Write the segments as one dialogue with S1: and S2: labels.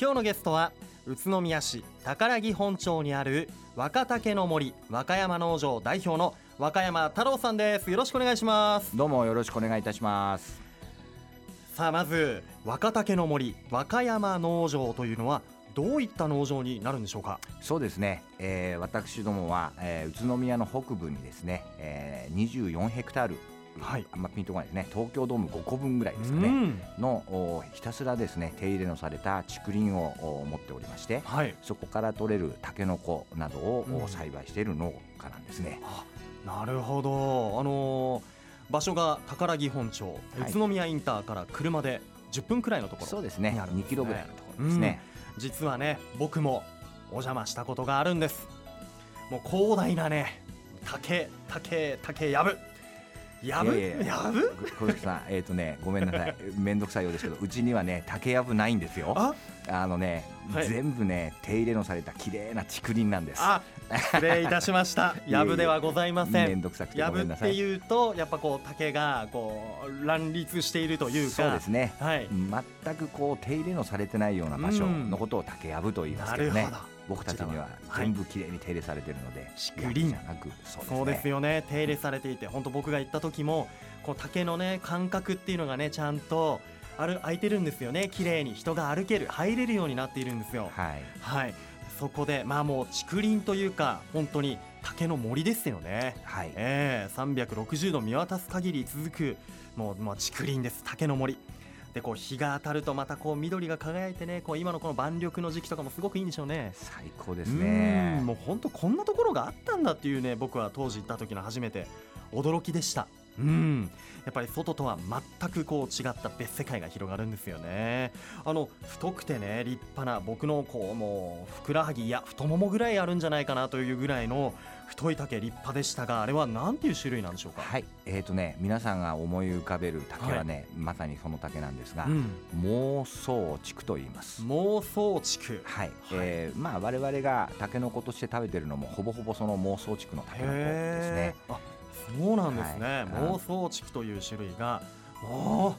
S1: 今日のゲストは宇都宮市宝木本町にある若竹の森和歌山農場代表の和歌山太郎さんですよろしくお願いします
S2: どうもよろしくお願いいたします
S1: さあまず若竹の森和歌山農場というのはどういった農場になるんでしょうか
S2: そうですね、えー、私どもは、えー、宇都宮の北部にですね、えー、24ヘクタール
S1: はい
S2: あんまピンとこないですね東京ドーム5個分ぐらいですか
S1: う
S2: ね
S1: ん
S2: のおひたすらですね手入れのされた竹林をお持っておりまして
S1: はい
S2: そこから取れるタケノコなどを
S1: うん
S2: お栽培している農家なんですね、
S1: なるほどあのー場所が宝木本町、
S2: はい
S1: 宇都宮インターから車で10分くらいのとこ
S2: そう
S1: ろ
S2: ですね
S1: なるんですね
S2: 2キロぐらいのところですね、
S1: 実はね僕もお邪魔したことがあるんですもう広大なね竹竹竹やぶやぶ
S2: いやいやいや
S1: やぶ
S2: ご小関さん、えっ、とね、ごめんなさい、 面倒くさいようですけど、うちにはね、竹やぶないんですよ。あ
S1: あ
S2: のね、
S1: はい
S2: 全部ね、手入れのされた綺麗な竹林なんです。
S1: あ失礼いたしました
S2: いや
S1: やぶではございませ
S2: 面
S1: ん
S2: 倒くさくて、
S1: やぶ
S2: ごめん
S1: っ
S2: なさ
S1: て
S2: い。
S1: いうとやっぱこう竹がこう乱立しているというか
S2: そうですね。
S1: はい
S2: 全くこう手入れのされてないような場所のことを竹やぶと言います
S1: な
S2: け
S1: るほ
S2: どね
S1: ど。
S2: 僕たちには全部綺麗に手入れされてるので、
S1: 竹林
S2: やぶじゃなく、そうですね。
S1: そうですよね手入れされていて本当僕が行った時もこう竹のね感覚っていうのがねちゃんとある空いてるんですよね綺麗に人が歩ける入れるようになっているんですよ
S2: はい。
S1: はいそこでまあもう竹林というか本当に竹の森ですよね
S2: はい。
S1: ええ360度見渡す限り続くもうもう竹林です竹の森でこう日が当たるとまたこう緑が輝いてねこう今のこの万緑の時期とかもすごくいいんでしょうね
S2: 最高ですね
S1: うん。もう本当こんなところがあったんだっていうね僕は当時行った時の初めて驚きでしたうんやっぱり外とは全くこう違った別世界が広がるんですよねあの太くてね立派な僕のこうもうふくらはぎいや太ももぐらいあるんじゃないかなというぐらいの太い竹立派でしたがあれは何ていう種類なんでしょうか、
S2: はい、えーとね、皆さんが思い浮かべる竹はね、まさにその竹なんですが、
S1: うん、
S2: 妄想竹と言います。
S1: 妄想竹
S2: はい、えーまあ我々がタケノコとして食べてるのもほぼほぼその妄想竹のタケノコですね
S1: へ。ーあそうなんですね、
S2: はい
S1: 妄想竹という種類がも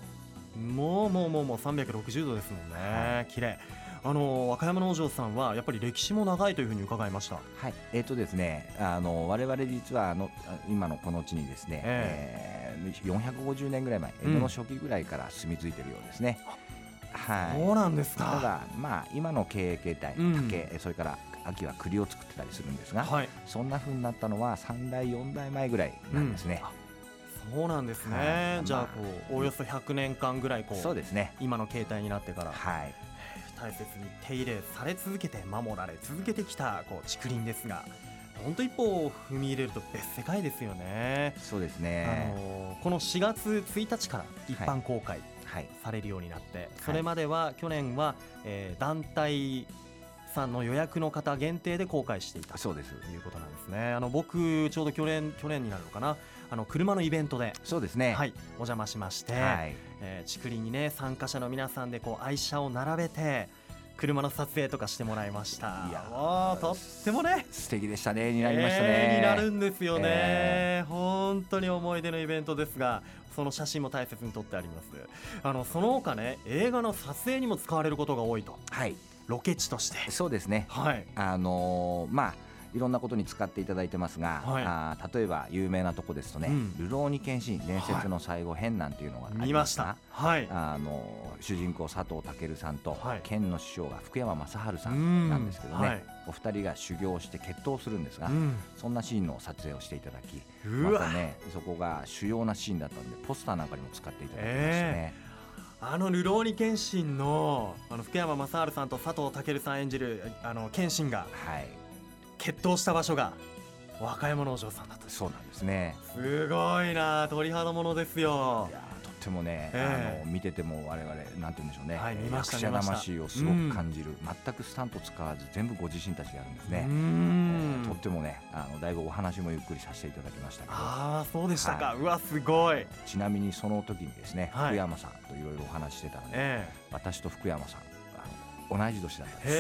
S1: うもうもうもうもう360度ですもん
S2: は
S1: ね綺麗あの和歌山農場さんはやっぱり歴史も長いというふうに伺いました
S2: はい、えっ、とですね、あの我々実はあのあ今のこの地にですね、えー450年ぐらい前、江戸の初期ぐらいから住み着いてるようですね。はい。
S1: そうなんです
S2: た
S1: か
S2: だまあ今の経営形態、
S1: うん
S2: 竹、それから秋は栗を作ってたりするんですが、
S1: はい
S2: そんな風になったのは3代4代前ぐらいなんですね
S1: うん。あそうなんですね、
S2: はい
S1: じゃあ
S2: ま
S1: こ
S2: あ
S1: うおよそ100年間ぐらいこ
S2: そう
S1: う
S2: ですね。
S1: 今の形態になってから
S2: はい。
S1: 大切に手入れされ続けて守られ続けてきたこう竹林ですが本当一歩を踏み入れると別世界ですよね
S2: そうです
S1: あ
S2: ね。
S1: のーこの4月1日から一般公開
S2: はい。
S1: されるようになって、それまでは去年は、えー団体さんの予約の方限定で公開していたと
S2: そうです。
S1: いうことなんですねあの僕ちょうど去年去年になるのかなあの車のイベントで、
S2: そうですね。
S1: はい、お邪魔しまして、
S2: はい。
S1: えー、竹林にね参加者の皆さんでこう愛車を並べて車の撮影とかしてもらいました
S2: いや
S1: もうとってもね
S2: 素敵でしたね。になりましたね。
S1: えーになるんですよね、
S2: え
S1: 本当に思い出のイベントですがその写真も大切に撮ってありますあのその他ね映画の撮影にも使われることが多いと
S2: はい。
S1: ロケ地として
S2: そうですね。
S1: はい
S2: あのーまあ。いろんなことに使っていただいてますが、
S1: はい
S2: あー例えば有名なとこですとね、
S1: うん
S2: ルローニケンシン伝説の最後編なんていうのがあり
S1: 見ましたはい
S2: あのー主人公佐藤健さんと、
S1: はい
S2: 県の師匠が福山雅治さ
S1: うんん
S2: なんですけどね、
S1: はい
S2: お二人が修行して決闘するんですが、
S1: うん
S2: そんなシーンの撮影をしていただき、
S1: う
S2: ま
S1: わ、
S2: たねそこが主要なシーンだったんでポスターなんかにも使っていただきましたね、
S1: あの「流浪に謙信の」あの福山雅治さんと佐藤健さん演じるあの謙信が
S2: はい
S1: 決闘した場所が和歌山農場さんだと
S2: そうなんですね
S1: すごいな鳥肌ものですよ
S2: いやーとってもね、
S1: ええ
S2: あの見てても我々なんて言うんでしょうね、
S1: はい見ました
S2: 役者
S1: 見ました
S2: 魂をすごく感じる、全くスタント使わず全部ご自身たちでやるんです
S1: う
S2: ね、
S1: ん
S2: とってもねあのだいぶお話もゆっくりさせていただきましたけど
S1: ああそうでしたか、
S2: はいう
S1: わすごい
S2: ちなみにその時にですね、
S1: はい
S2: 福山さんといろいろお話ししてたらね、
S1: え
S2: 私と福山さんあの同じ年だったんです。
S1: へ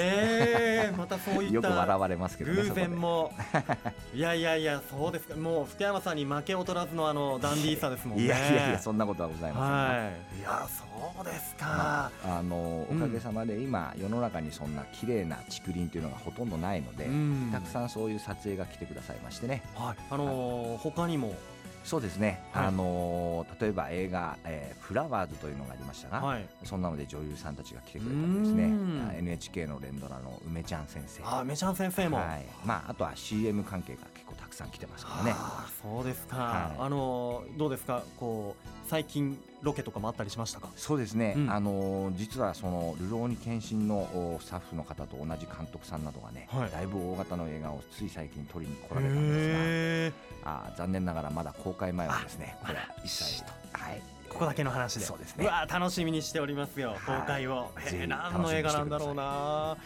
S1: えまたそういった
S2: よく笑われますけどね。
S1: 偶然
S2: そこ
S1: もいやいやいやそうですかもう福山さんに負け劣らずのあのダンディーさですもん
S2: で。
S1: ね
S2: いやいやいやそんなことはございません。
S1: はいいやそうです
S2: ま
S1: か
S2: あ、あのお
S1: うん
S2: かげさまで今、世の中にそんな綺麗な竹林というのがほとんどないので、
S1: うん
S2: たくさんそういう撮影が来てくださいましてね
S1: はいあのー他にも
S2: そうですね、
S1: はい
S2: あの例えば映画、えーフラワーズ」というのがありましたが、
S1: はい
S2: そんなので女優さんたちが来てくれたんですね
S1: うん
S2: あ NHK の連ドラの梅ちゃん先生
S1: あメちゃん先生も
S2: はいまあ、あとは CM 関係が結構たくさん来てますからね
S1: あーそうですか、
S2: はい
S1: あのーどうですかこう最近ロケとかもあったりしましたか
S2: そうですね、
S1: うん
S2: あの実はその「流浪に献身の」おスタッフの方と同じ監督さんなどがね、
S1: はい
S2: だいぶ大型の映画をつい最近撮りに来られたんです
S1: へえ
S2: があー残念ながらまだ公開前はですねこれは一切
S1: あ
S2: はい
S1: ここだけの話で
S2: そうですね
S1: うわー楽しみにしておりますよ公
S2: はい
S1: 開を、
S2: ぜ
S1: えー
S2: ひ
S1: 何の映画なんだろうな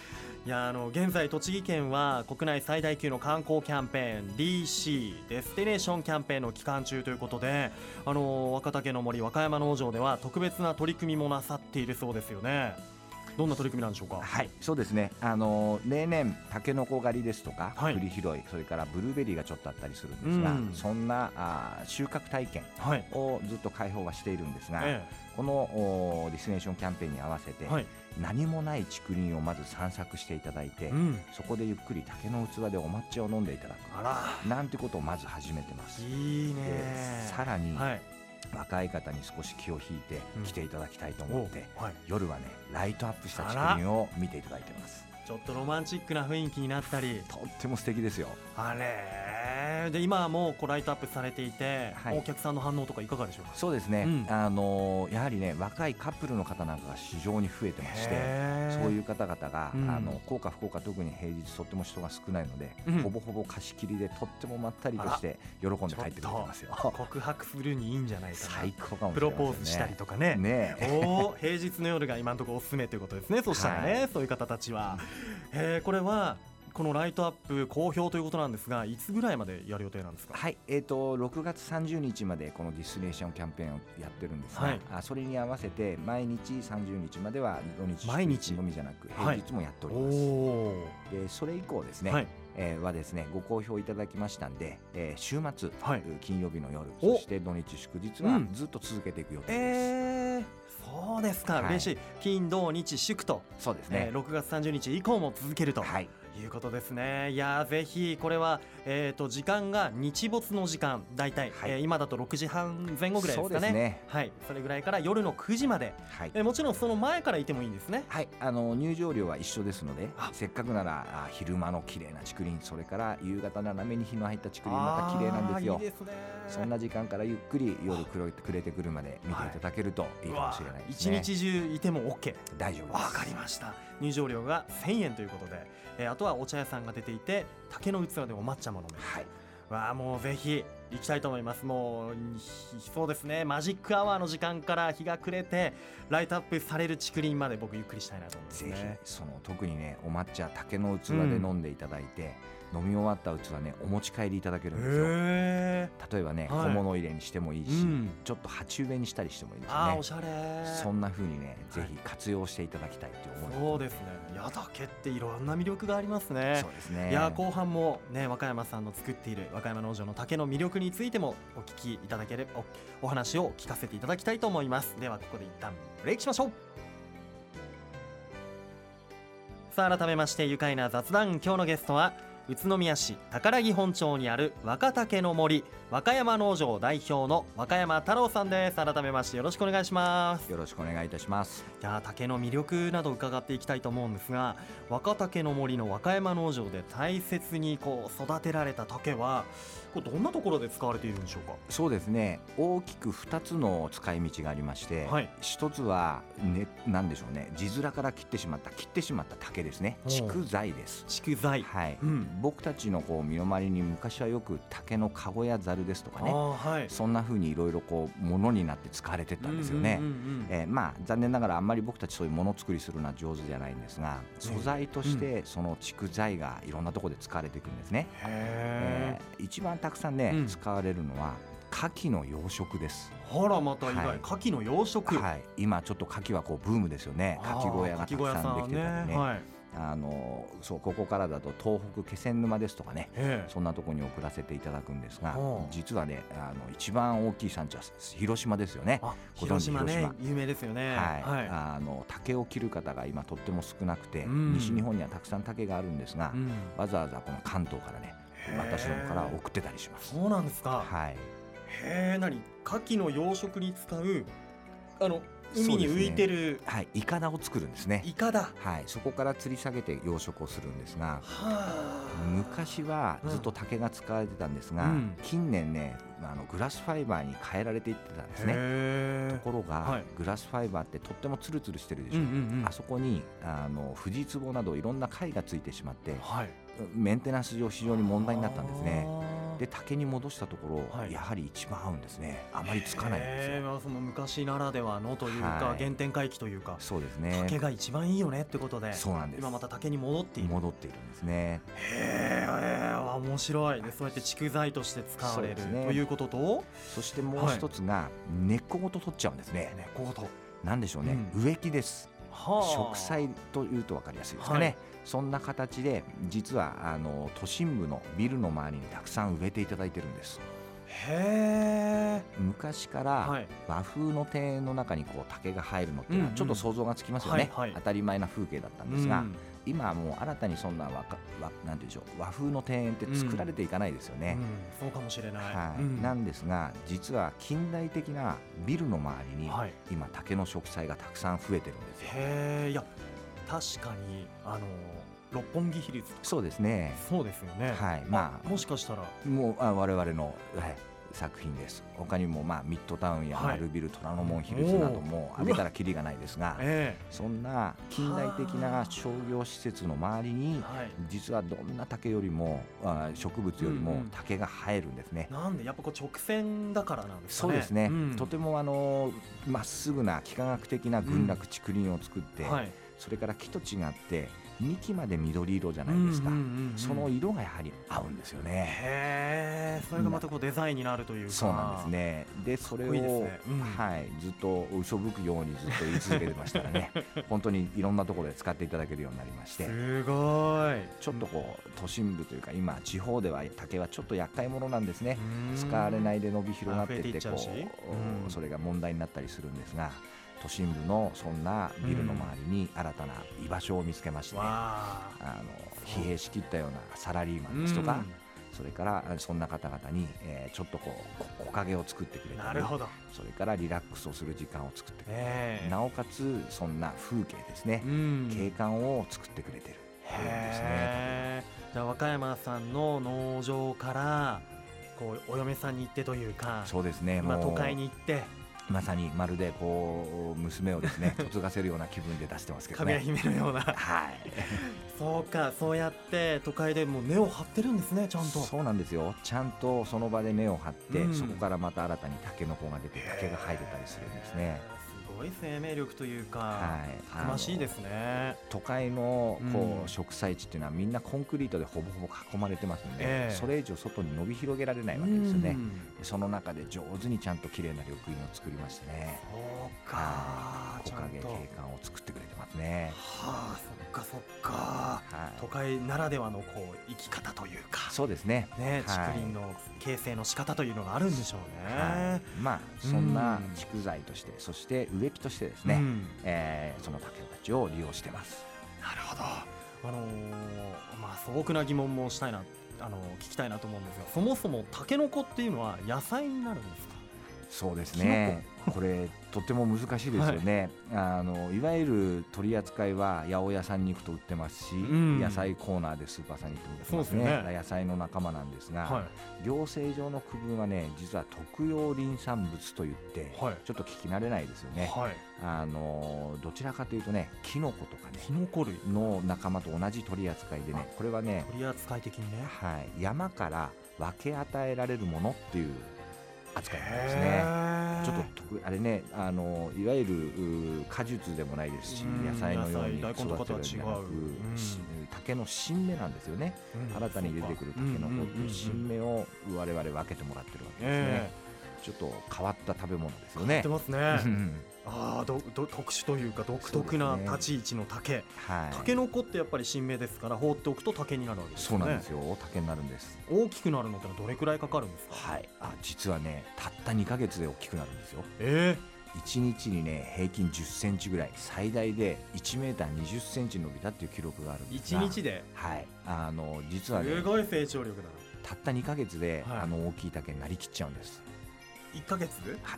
S1: いやあの現在栃木県は国内最大級の観光キャンペーン DC デスティネーションキャンペーンの期間中ということであのー若竹の森和歌山農場では特別な取り組みもなさっているそうですよねどんな取り組みなんでしょうか
S2: はい、そうですね、あの例年、たけのこ狩りですとか、
S1: はい
S2: 栗拾い、それからブルーベリーがちょっとあったりするんですが、
S1: うん
S2: そんなあー収穫体験
S1: はい、
S2: をずっと開放はしているんですが、
S1: え
S2: このおディスティネーションキャンペーンに合わせて、
S1: えはい
S2: 何もない竹林をまず散策していただいて、
S1: うん
S2: そこでゆっくり竹の器でお抹茶を飲んでいただ
S1: あら
S2: く、なんてことをまず始めてます。
S1: いい
S2: で
S1: ね
S2: さらに、
S1: はい
S2: 若い方に少し気を引いて
S1: うん
S2: 来ていただきたいと思って、
S1: おはい
S2: 夜はねライトアップした竹林を見ていただいてます。
S1: ちょっとロマンチックな雰囲気になったり
S2: とっても素敵ですよ。
S1: あれで今はもうこうライトアップされていて、
S2: はい
S1: お客さんの反応とかいかがでしょうか
S2: そうですね、
S1: うん
S2: あのーやはりね若いカップルの方なんかが非常に増えてましてそういうう方々が、
S1: うん
S2: あの効果不効果特に平日とっても人が少ないので、
S1: うん
S2: ほぼほぼ貸し切りでとってもまったりとして喜んで帰ってくれてますよ。
S1: 告白するにいいんじゃないか
S2: 最
S1: な
S2: 高かもし
S1: プ
S2: れ
S1: ロ
S2: ません
S1: ポ
S2: ね。
S1: ーズしたりとかね
S2: ねえ
S1: おー平日の夜が今のところおすすめということですねそしたらね、
S2: は
S1: そういう方たちは、えーこれはこのライトアップ好評ということなんですがいつぐらいまでやる予定なんですか
S2: はい、えー、と6月30日までこのディスティネーションキャンペーンをやってるんですが、
S1: はい
S2: あそれに合わせて毎日30日までは土日
S1: 毎日
S2: 祝のみじゃなく
S1: は
S2: 平
S1: い
S2: 日もやっております、
S1: おー
S2: でそれ以降ですね、
S1: はい
S2: えーはですねご好評いただきましたんで、えー週末、
S1: はい
S2: 金曜日の夜
S1: お
S2: そして土日祝日
S1: う
S2: は
S1: ん
S2: ずっと続けていく予定です、
S1: えーそうですか、
S2: はい
S1: 嬉しい金土日祝と、
S2: そうです
S1: ね
S2: ね、
S1: 6月30日以降も続けると、
S2: はい
S1: いうことですねいやーぜひこれは、えー、と時間が日没の時間大体、
S2: はい
S1: えー今だと6時半前後ぐらいで
S2: そ
S1: す
S2: う
S1: か
S2: です
S1: ね
S2: ね
S1: はい、それぐらいから夜の9時まで、
S2: はい
S1: えーもちろんその前からいてもいいんですね
S2: はい、あの入場料は一緒ですので
S1: あ
S2: せっかくならあ昼間の綺麗な竹林それから夕方斜めに日の入った竹林また綺麗なんですよ
S1: あーいいですね
S2: そんな時間からゆっくり夜くれくれてくるまで見ていただけるといいかもしれないです
S1: うわ
S2: ね。
S1: ー一日中いても OK
S2: 大丈夫です。
S1: わかりました入場料が1000円ということで、えーあとはお茶屋さんが出ていて竹の器でお抹茶も飲める
S2: はい。
S1: わあもうぜひ行きたいと思いますもうひそうですねマジックアワーの時間から日が暮れてライトアップされる竹林まで僕ゆっくりしたいなと思いますね
S2: ぜひその特にねお抹茶竹の器で飲んでいただいて、飲み終わった器ねお持ち帰りいただけるんですよ。
S1: へえ
S2: 例えばね、
S1: はい
S2: 小物入れにしてもいいし、
S1: うん
S2: ちょっと鉢植えにしたりしてもいいです
S1: あーお
S2: ね。
S1: しゃれ
S2: そんな風にね
S1: は
S2: ぜ
S1: い
S2: ひ活用していただきたいと思います。
S1: そうですねいや竹っていろんな魅力がありますね
S2: そうですね。
S1: いやー後半もね和歌山さんの作っている和歌山農場の竹の魅力についてもお聞きいただければおお話を聞かせていただきたいと思いますではここで一旦ブレイクしましょうさあ改めまして愉快な雑談今日のゲストは宇都宮市宝木本町にある若竹の森和歌山農場代表の和歌山太郎さんです改めましてよろしくお願いします
S2: よろしくお願いいたします。
S1: いやー竹の魅力など伺っていきたいと思うんですが若竹の森の和歌山農場で大切にこう育てられた竹はこれどんなところで使われているんでしょうか
S2: そうですね大きく2つの使い道がありまして、
S1: はい
S2: 一つは、ね、なんでしょうね地面から切ってしまった切ってしまった竹ですね
S1: おう
S2: 竹材です、
S1: 竹材、
S2: はい
S1: うん
S2: 僕たちのこう身の回りに昔はよく竹の籠やざるですとか
S1: あ
S2: ね
S1: ーはい
S2: そんな風にいろいろこう物になって使われてったんですよね。
S1: うんうんうんうん
S2: えーまあ、残念ながらあんまり僕たちそういうもの作りするのは上手じゃないんですが素材としてその竹材がいろんなところで使われていくんですね。
S1: へ
S2: えー一番たくさんね、
S1: うん
S2: 使われるのは牡蠣の養殖です
S1: ーほらまた意
S2: は
S1: 外
S2: い
S1: 牡蠣の養殖
S2: はい、今ちょっと牡蠣はこうブームですよね
S1: あー
S2: 牡蠣小屋がたくさんできてたり
S1: 牡蠣小屋
S2: ね
S1: さんはい
S2: あのそうここからだと東北気仙沼ですとかね
S1: ええ
S2: そんなところに送らせていただくんですが
S1: おう
S2: 実はねあの一番大きい産地は広島ですよね。
S1: あ
S2: ご存
S1: 広
S2: 知
S1: 島ね
S2: 広
S1: 有名ですよね
S2: はい
S1: は
S2: あの竹を切る方が今とっても少なくて、
S1: うん
S2: 西日本にはたくさん竹があるんですが、
S1: いうん
S2: わざわざこの関東からね
S1: へー
S2: 私の方から送ってたりします。
S1: そうなんですか
S2: はい、
S1: へえ何牡蠣の養殖に使うあの海に
S2: そうです
S1: 浮
S2: ね
S1: いてる
S2: はい、イカダを作るんですね。
S1: イカだは
S2: はい、そこから吊り下げて養殖をするんですが、
S1: あ
S2: 昔はずっと竹が使われてたんですが、
S1: うん
S2: 近年ねあのグラスファイバーに変えられていってたんですね。と
S1: ね
S2: ころが、
S1: はい
S2: グラスファイバーってとってもツルツルしてるで
S1: う
S2: しょ、
S1: んうんうん
S2: あそこにあの藤壺などいろんな貝がついてしまって
S1: はい
S2: メンテナンス上非常に問題になったんですね
S1: あー
S2: で竹に戻したところ、
S1: はい
S2: やはり一番合うんですねあまりつかないんです
S1: へえ
S2: よ
S1: まあその昔ならではのというか、
S2: はい
S1: 原点回帰というか、
S2: そうです
S1: 竹
S2: ね
S1: が一番いいよねってことで
S2: そうなんです
S1: 今また竹に戻っている
S2: 戻っているんですね
S1: へえ面白いでそうやって蓄財として使われる、
S2: そうですね
S1: ということと
S2: そしてもう一つが根っこごと取っちゃうんですね、
S1: ねここと
S2: なんでしょうね、植木です
S1: はあ
S2: 植栽というと分かりやすいですかね、
S1: はい
S2: そんな形で実はあの都心部のビルの周りにたくさん植えていただいてるんです
S1: へえ
S2: 昔か
S1: は
S2: ら
S1: い
S2: 和風の庭園の中にこう竹が入るのっていう
S1: うん
S2: の
S1: う
S2: は
S1: ん
S2: ちょっと想像がつきますよね、
S1: はいはい
S2: 当たり前な風景だったんですが、今はもう新たにそんなわかわなんていうんでしょう和風の庭園って作られていかないですよ
S1: うんう
S2: ね、
S1: んそうかもしれない、
S2: はい
S1: うん
S2: なんですが実は近代的なビルの周りに
S1: はい
S2: 今竹の植栽がたくさん増えてるんですよ、
S1: へえいや確かにあの六本木比率とか
S2: そうですね
S1: そうですよね、
S2: はいま
S1: もしかしたら
S2: あもうあ我々の、はい作品です他にも、まあ、ミッドタウンや
S1: はい
S2: 丸ビル、虎ノ門ヒルズなど
S1: お
S2: も
S1: ー
S2: 挙げたらキリがないですが、
S1: え
S2: そんな近代的な商業施設の周り
S1: え
S2: に
S1: はい
S2: 実はどんな竹よりもあ植物より
S1: うんう
S2: も
S1: ん
S2: 竹が生えるんですね。
S1: なんでやっぱこう直線だからなんですか
S2: そ
S1: ね
S2: うですね、
S1: ん
S2: とてもあのまっすぐな幾何学的な群落竹林を作って、
S1: はい
S2: それから木と違って幹まで緑色じゃないですか、
S1: うんうんうんうん
S2: その色がやはり合うんですよね。
S1: へえそれがまたこうデザインになるというか
S2: そうなんですねでそれ
S1: かっこい
S2: を
S1: いですねうん
S2: はい、ずっと嘘吹くようにずっと言い続けてました らね本当にいろんなところで使っていただけるようになりまして
S1: すごい
S2: ちょっとこう都心部というか今地方では竹はちょっと厄介者なんですね使われないいで伸び広がって
S1: あ増えてい
S2: っ
S1: ってちゃ
S2: こ
S1: うしう
S2: うんそれが問題になったりするんですが都心部のそんなビルの周りに新たな居場所を見つけましてねあ
S1: わあ
S2: の疲弊しきったようなサラリーマンですとかそれからそんな方々にえーちょっとこうこ木陰を作ってく
S1: う
S2: れ
S1: ん
S2: た
S1: な
S2: り
S1: るほど
S2: それからリラックスをする時間を作ってくれ
S1: ええ
S2: なおかつそんな風景ですね
S1: うん
S2: 景観を作ってくれてるんですね。
S1: へえじゃあ和歌山さんの農場からこうお嫁さんに行ってというか
S2: そうですね、
S1: まあ
S2: も
S1: 都
S2: う
S1: 会に行って
S2: まさにまるでこう娘 をですね嫁がせるような気分で出してますけど
S1: かぐや
S2: ね。
S1: 姫のような
S2: はい、
S1: そうかそうやって都会でもう根を張ってるんですねちゃんと
S2: そうなんですよちゃんとその場で根を張って、
S1: うん
S2: そこからまた新たにタケノコが出て竹が生えてたりするんですね
S1: へえ。すごい生命力というか、
S2: はい
S1: たくましいですね
S2: 都会のこ
S1: うん
S2: う植栽地っていうのはみんなコンクリートでほぼほぼ囲まれてますんで、
S1: ええ
S2: それ以上外に伸び広げられないわけですよね。その中で上手にちゃんと綺麗な緑林を作りましてね。
S1: そうか
S2: はい、木
S1: ちゃん
S2: 陰景
S1: とは
S2: 観を作ってくれてますね。
S1: あそっかそっか
S2: はい
S1: 都会ならではのこう生き方というか
S2: そうですね。
S1: ね竹
S2: はい
S1: 林の形成の仕方というのがあるんでしょう
S2: は
S1: ね、
S2: い、まあそんな
S1: うん
S2: 蓄財として、そして植木としてです
S1: う
S2: ね、
S1: ん
S2: えーその竹たちを利用してます。
S1: なるほどあのーまあ素朴な疑問もしたいなあのー聞きたいなと思うんですがそもそもタケノコっていうのは野菜になるんですか
S2: そうで すね。これとても難しいですよね、あのいわゆる取り扱いは八百屋さんに行くと売ってますし、
S1: ん
S2: 野菜コーナーでスーパーさんに行っても売ってます
S1: そう
S2: ね
S1: ですよね
S2: 野菜の仲間なんですが、
S1: は
S2: 行政上の区分はね実は特用林産物といって、
S1: はい
S2: ちょっと聞き慣れないですよ
S1: い
S2: ね、
S1: はい
S2: あのどちらかというとねキノコとかね
S1: キノコ類
S2: の仲間と同じ取り扱いでねこれはね、
S1: 取り扱い的にね
S2: はい、山から分け与えられるものっていう扱いなんですね。
S1: へー
S2: ちょっと特あれねあのいわゆるう果実でもないですし
S1: うん
S2: 野菜のように
S1: 野
S2: 育て
S1: 菜大
S2: る
S1: 根と
S2: ん
S1: かとは違う
S2: じゃなく
S1: うん
S2: し竹の新芽なんですよね
S1: うん
S2: 新たに出てくる竹の
S1: うん
S2: 子
S1: う
S2: っ
S1: ん
S2: ていう新
S1: うんうん
S2: 芽を我々分けてもらってるわけですね
S1: え。
S2: ちょっと変わった食べ物ですよ
S1: やっ
S2: ね
S1: て。ますね。
S2: うん
S1: ああ、ど、ど、特殊というか、独特な立ち位置の竹。
S2: はい、
S1: タケノコってやっぱり新芽ですから、放っておくと竹になるわけです
S2: そ
S1: よ
S2: う
S1: ね。
S2: なんですよ竹になるんです。
S1: 大きくなるのってのはどれくらいかかるんですか。
S2: はい、あ実はねたった2ヶ月で大きくなるんですよ
S1: え
S2: 1日にね平均1 0ンチぐらい最大で1メーター2 0ンチ伸びたっていう記録があるん
S1: えー、
S2: です
S1: 一
S2: が
S1: 日で。
S2: はいあの実はね
S1: すごい成長力だな。
S2: たった2ヶ月で、
S1: はい
S2: あの大きい竹になりきっちゃうんです
S1: 一ヶ月。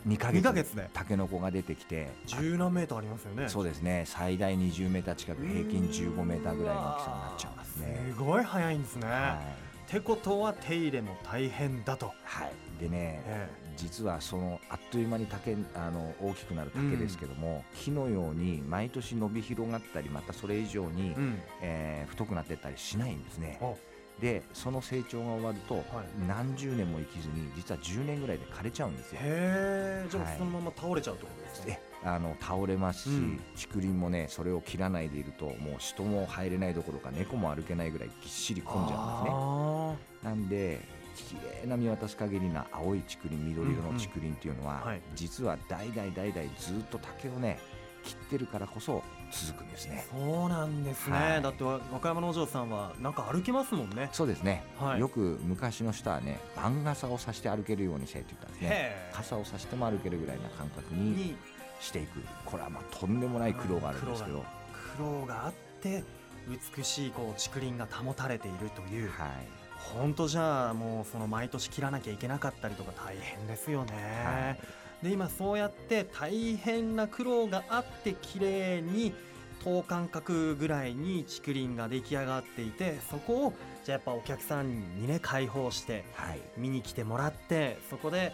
S2: 2ヶ月
S1: 二ヶ月で
S2: タケノコが出てきて
S1: 十何メートルありますよね。
S2: そうですね最大2 0メーター近く平均1 5メーターぐらいの大きさになっちゃうんですね
S1: すごい早いんですね。
S2: はい、
S1: ってことは手入れも大変だと。
S2: はい、でね、
S1: え
S2: 実はそのあっという間に竹あの大きくなる竹ですけども、木のように毎年伸び広がったりまたそれ以上に、
S1: えうん。
S2: えー太くなってったりしないんですね
S1: あ
S2: でその成長が終わると、何十年も生きずに実は10年ぐらいで枯れちゃうんですよ
S1: へえ。じゃ
S2: は
S1: あ
S2: い
S1: そのまま倒れちゃうってことです
S2: え
S1: ね。
S2: あの倒れますし、
S1: うん
S2: 竹林もねそれを切らないでいるともう人も入れないどころか猫も歩けないぐらいぎっしり混んじゃうんですね
S1: あ
S2: なんで綺麗な見渡す限りな青い竹林緑色の竹林っていうのは、
S1: うんうんはい
S2: 実は代々代々ずっと竹をね切ってるからこそ続くんですね
S1: ーそうなんですね、
S2: はい
S1: だってわ和歌山のお嬢さんはなんか歩きますもんね
S2: そうですね、
S1: はい
S2: よく昔の人はね番傘をさして歩けるようにせえって言ったんですね
S1: へ
S2: 傘をさしても歩けるぐらいな感覚
S1: え
S2: に
S1: に
S2: していくこれはまあとんでもない苦労があるんですけど、
S1: 苦
S2: は
S1: 苦労があって美しいこう竹林が保たれているという
S2: い、
S1: 本当じゃあもうその毎年切らなきゃいけなかったりとか大変ですよね、
S2: は
S1: で今そうやって大変な苦労があって綺麗に等間隔ぐらいに竹林が出来上がっていてそこをじゃあやっぱお客さんにね開放して
S2: はい
S1: 見に来てもらってそこで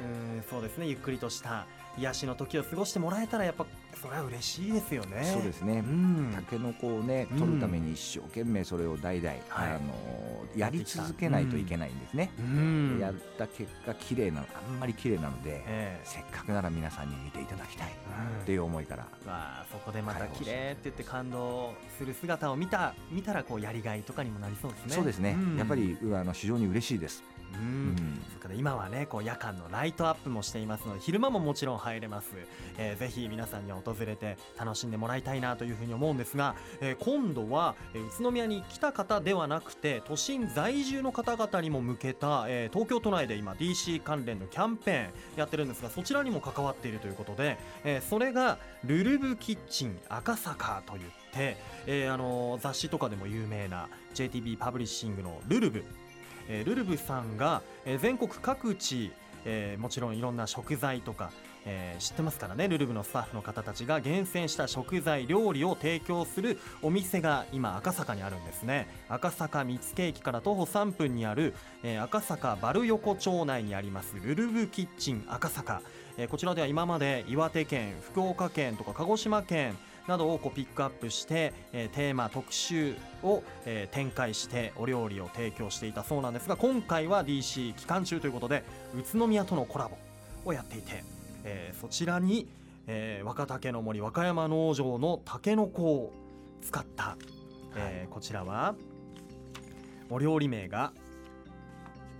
S1: うーんそうですねゆっくりとした癒しの時を過ごしてもらえたらやっぱそれは嬉しいですよね。
S2: そうですね、
S1: うん
S2: タケノコをね取るために一生懸命それを代々、
S1: はい
S2: あのやり続けないといけないんですね、
S1: うん
S2: やった結果綺麗なあんまり綺麗なので、
S1: ええ
S2: せっかくなら皆さんに見ていただきたい
S1: うん
S2: っていう思いから、
S1: まあ、そこでまた綺麗って言って感動する姿を見た見たらこうやりがいとかにもなりそうですね。
S2: そうですね、
S1: ん
S2: やっぱ、りうあの非常に嬉しいです、
S1: うん
S2: うん
S1: そっかね今はねこう夜間のライトアップもしていますので昼間ももちろん入れます、えーぜひ皆さんには訪れて楽しんでもらいたいなというふうに思うんですが、えー今度は、えー宇都宮に来た方ではなくて都心在住の方々にも向けた、えー東京都内で今 DC 関連のキャンペーンやってるんですがそちらにも関わっているということで、えーそれが「ルルブキッチン赤坂」といって、えーあのー雑誌とかでも有名な JTB パブリッシングの「ルルブ」えールルブさんが、えー全国各地、えーもちろんいろんな食材とか、えー知ってますからねルルブのスタッフの方たちが厳選した食材料理を提供するお店が今赤坂にあるんですね赤坂見附駅から徒歩3分にある、えー赤坂バル横町内にありますルルブキッチン赤坂、えーこちらでは今まで岩手県福岡県とか鹿児島県などをこうピックアップして、えーテーマ特集を、えー展開してお料理を提供していたそうなんですが今回は DC 期間中ということで宇都宮とのコラボをやっていて、えーそちらに、えー若竹の森和歌山農場のタケノコを使った、えーこちらはお料理名が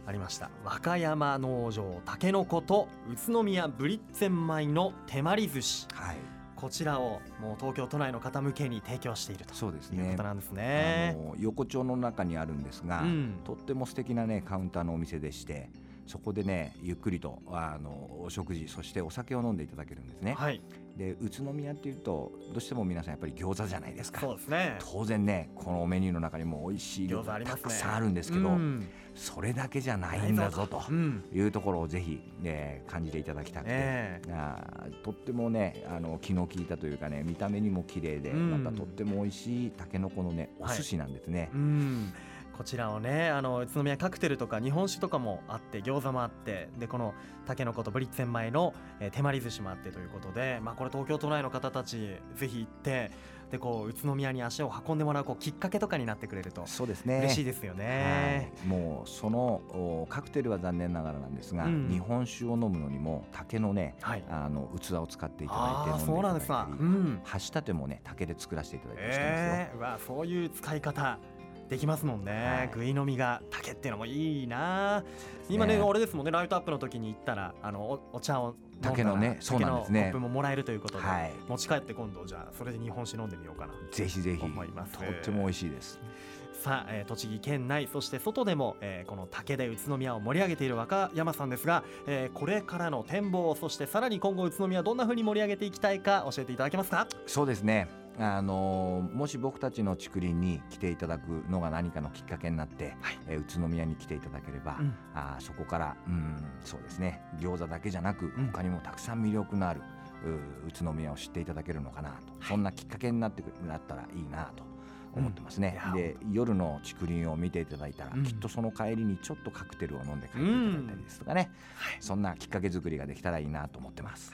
S1: ありました和歌山農場たけのこと宇都宮ブリッツェン米の手まり寿司
S2: はい、
S1: こちらをもう東京都内の方向けに提供していると
S2: そうです
S1: いうこ
S2: ね
S1: となんです
S2: あ
S1: ね。
S2: の横丁の中にあるんですが、
S1: うん
S2: とっても素敵なねカウンターのお店でしてそこでねゆっくりとあのお食事そしてお酒を飲んでいただけるんですね、
S1: はい、
S2: で宇都宮っていうとどうしても皆さんやっぱり餃子じゃないですか
S1: そうですね。
S2: 当然ねこのメニューの中にも美味しい
S1: 餃
S2: 餃
S1: 子
S2: 子
S1: ありま
S2: た
S1: すね。
S2: くさんあるんですけど、
S1: うん
S2: それだけじゃないんだぞと
S1: うん、
S2: いうところをぜひ、ね、感じていただきたくて、
S1: え
S2: あーとってもねあの気の利いたというかね見た目にも綺麗で、
S1: うん
S2: またとっても美味しいたけのこのねお
S1: はい
S2: 寿司なんですね。
S1: うん、こちらをねあの宇都宮カクテルとか日本酒とかもあって餃子もあってでこのたけのことブリッツェン米の、えー手まり寿司もあってということで、まあ、これ東京都内の方たちぜひ行ってでこう宇都宮に足を運んでもらうこうきっかけとかになってくれると
S2: そうですね
S1: 嬉しいですよね。
S2: はいもうそのおカクテルは残念ながらなんですが、
S1: うん
S2: 日本酒を飲むのにも竹のね
S1: はい、
S2: あの器を使っていた
S1: ああ
S2: だいて飲んでい
S1: そうなん
S2: ただ
S1: で
S2: い
S1: すか
S2: た。り
S1: うん
S2: 箸立てもね竹で作らせていただいたりしてますよ、
S1: えー、うわそういう使い方できますもん
S2: は
S1: ね
S2: い
S1: ぐ、い、の実が竹っていうのもいいな今ね
S2: ね
S1: あれですもんねライトアップの時に行ったらあのおお茶を飲んだら
S2: 竹のねそうなんですね
S1: 竹のコップももらえるということで、
S2: はい
S1: 持ち帰って今度じゃあそれで日本酒飲んでみようかな
S2: ぜひぜひと
S1: 思います
S2: っても美味しいです
S1: さあ、えー栃木県内そして外でも、えーこの竹で宇都宮を盛り上げている若山さんですが、えーこれからの展望そしてさらに今後宇都宮どんな風に盛り上げていきたいか教えていただけますか
S2: そうですねあのもし僕たちの竹林に来ていただくのが何かのきっかけになって、
S1: はい
S2: えー宇都宮に来ていただければ、
S1: うん
S2: あーそこからうんそうですね餃子だけじゃなく
S1: うん
S2: 他にもたくさん魅力のある、う宇都宮を知っていただけるのかなと、そんなきっかけになってくなったらいいなと思ってますね、
S1: うんいや
S2: で夜の竹林を見ていただいたら、
S1: うん
S2: きっとその帰りにちょっとカクテルを飲んで帰っていただいたりですとかね、そんなきっかけ作りができたらいいなと思ってます。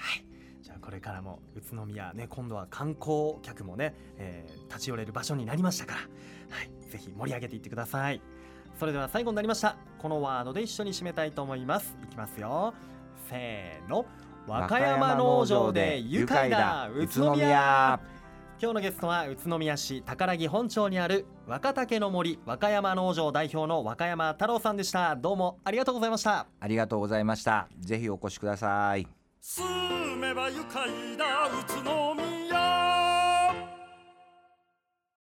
S1: じゃあこれからも宇都宮ね今度は観光客もね、えー立ち寄れる場所になりましたから、はい、ぜひ盛り上げていってくださいそれでは最後になりましたこのワードで一緒に締めたいと思いますいきますよせーの和歌山農場で愉快だ宇都宮今日のゲストは宇都宮市宝木本町にある若竹の森和歌山農場代表の和歌山太郎さんでしたどうもありがとうございました
S2: ありがとうございました。ぜひお越しください。
S3: 住めば愉快だ宇都宮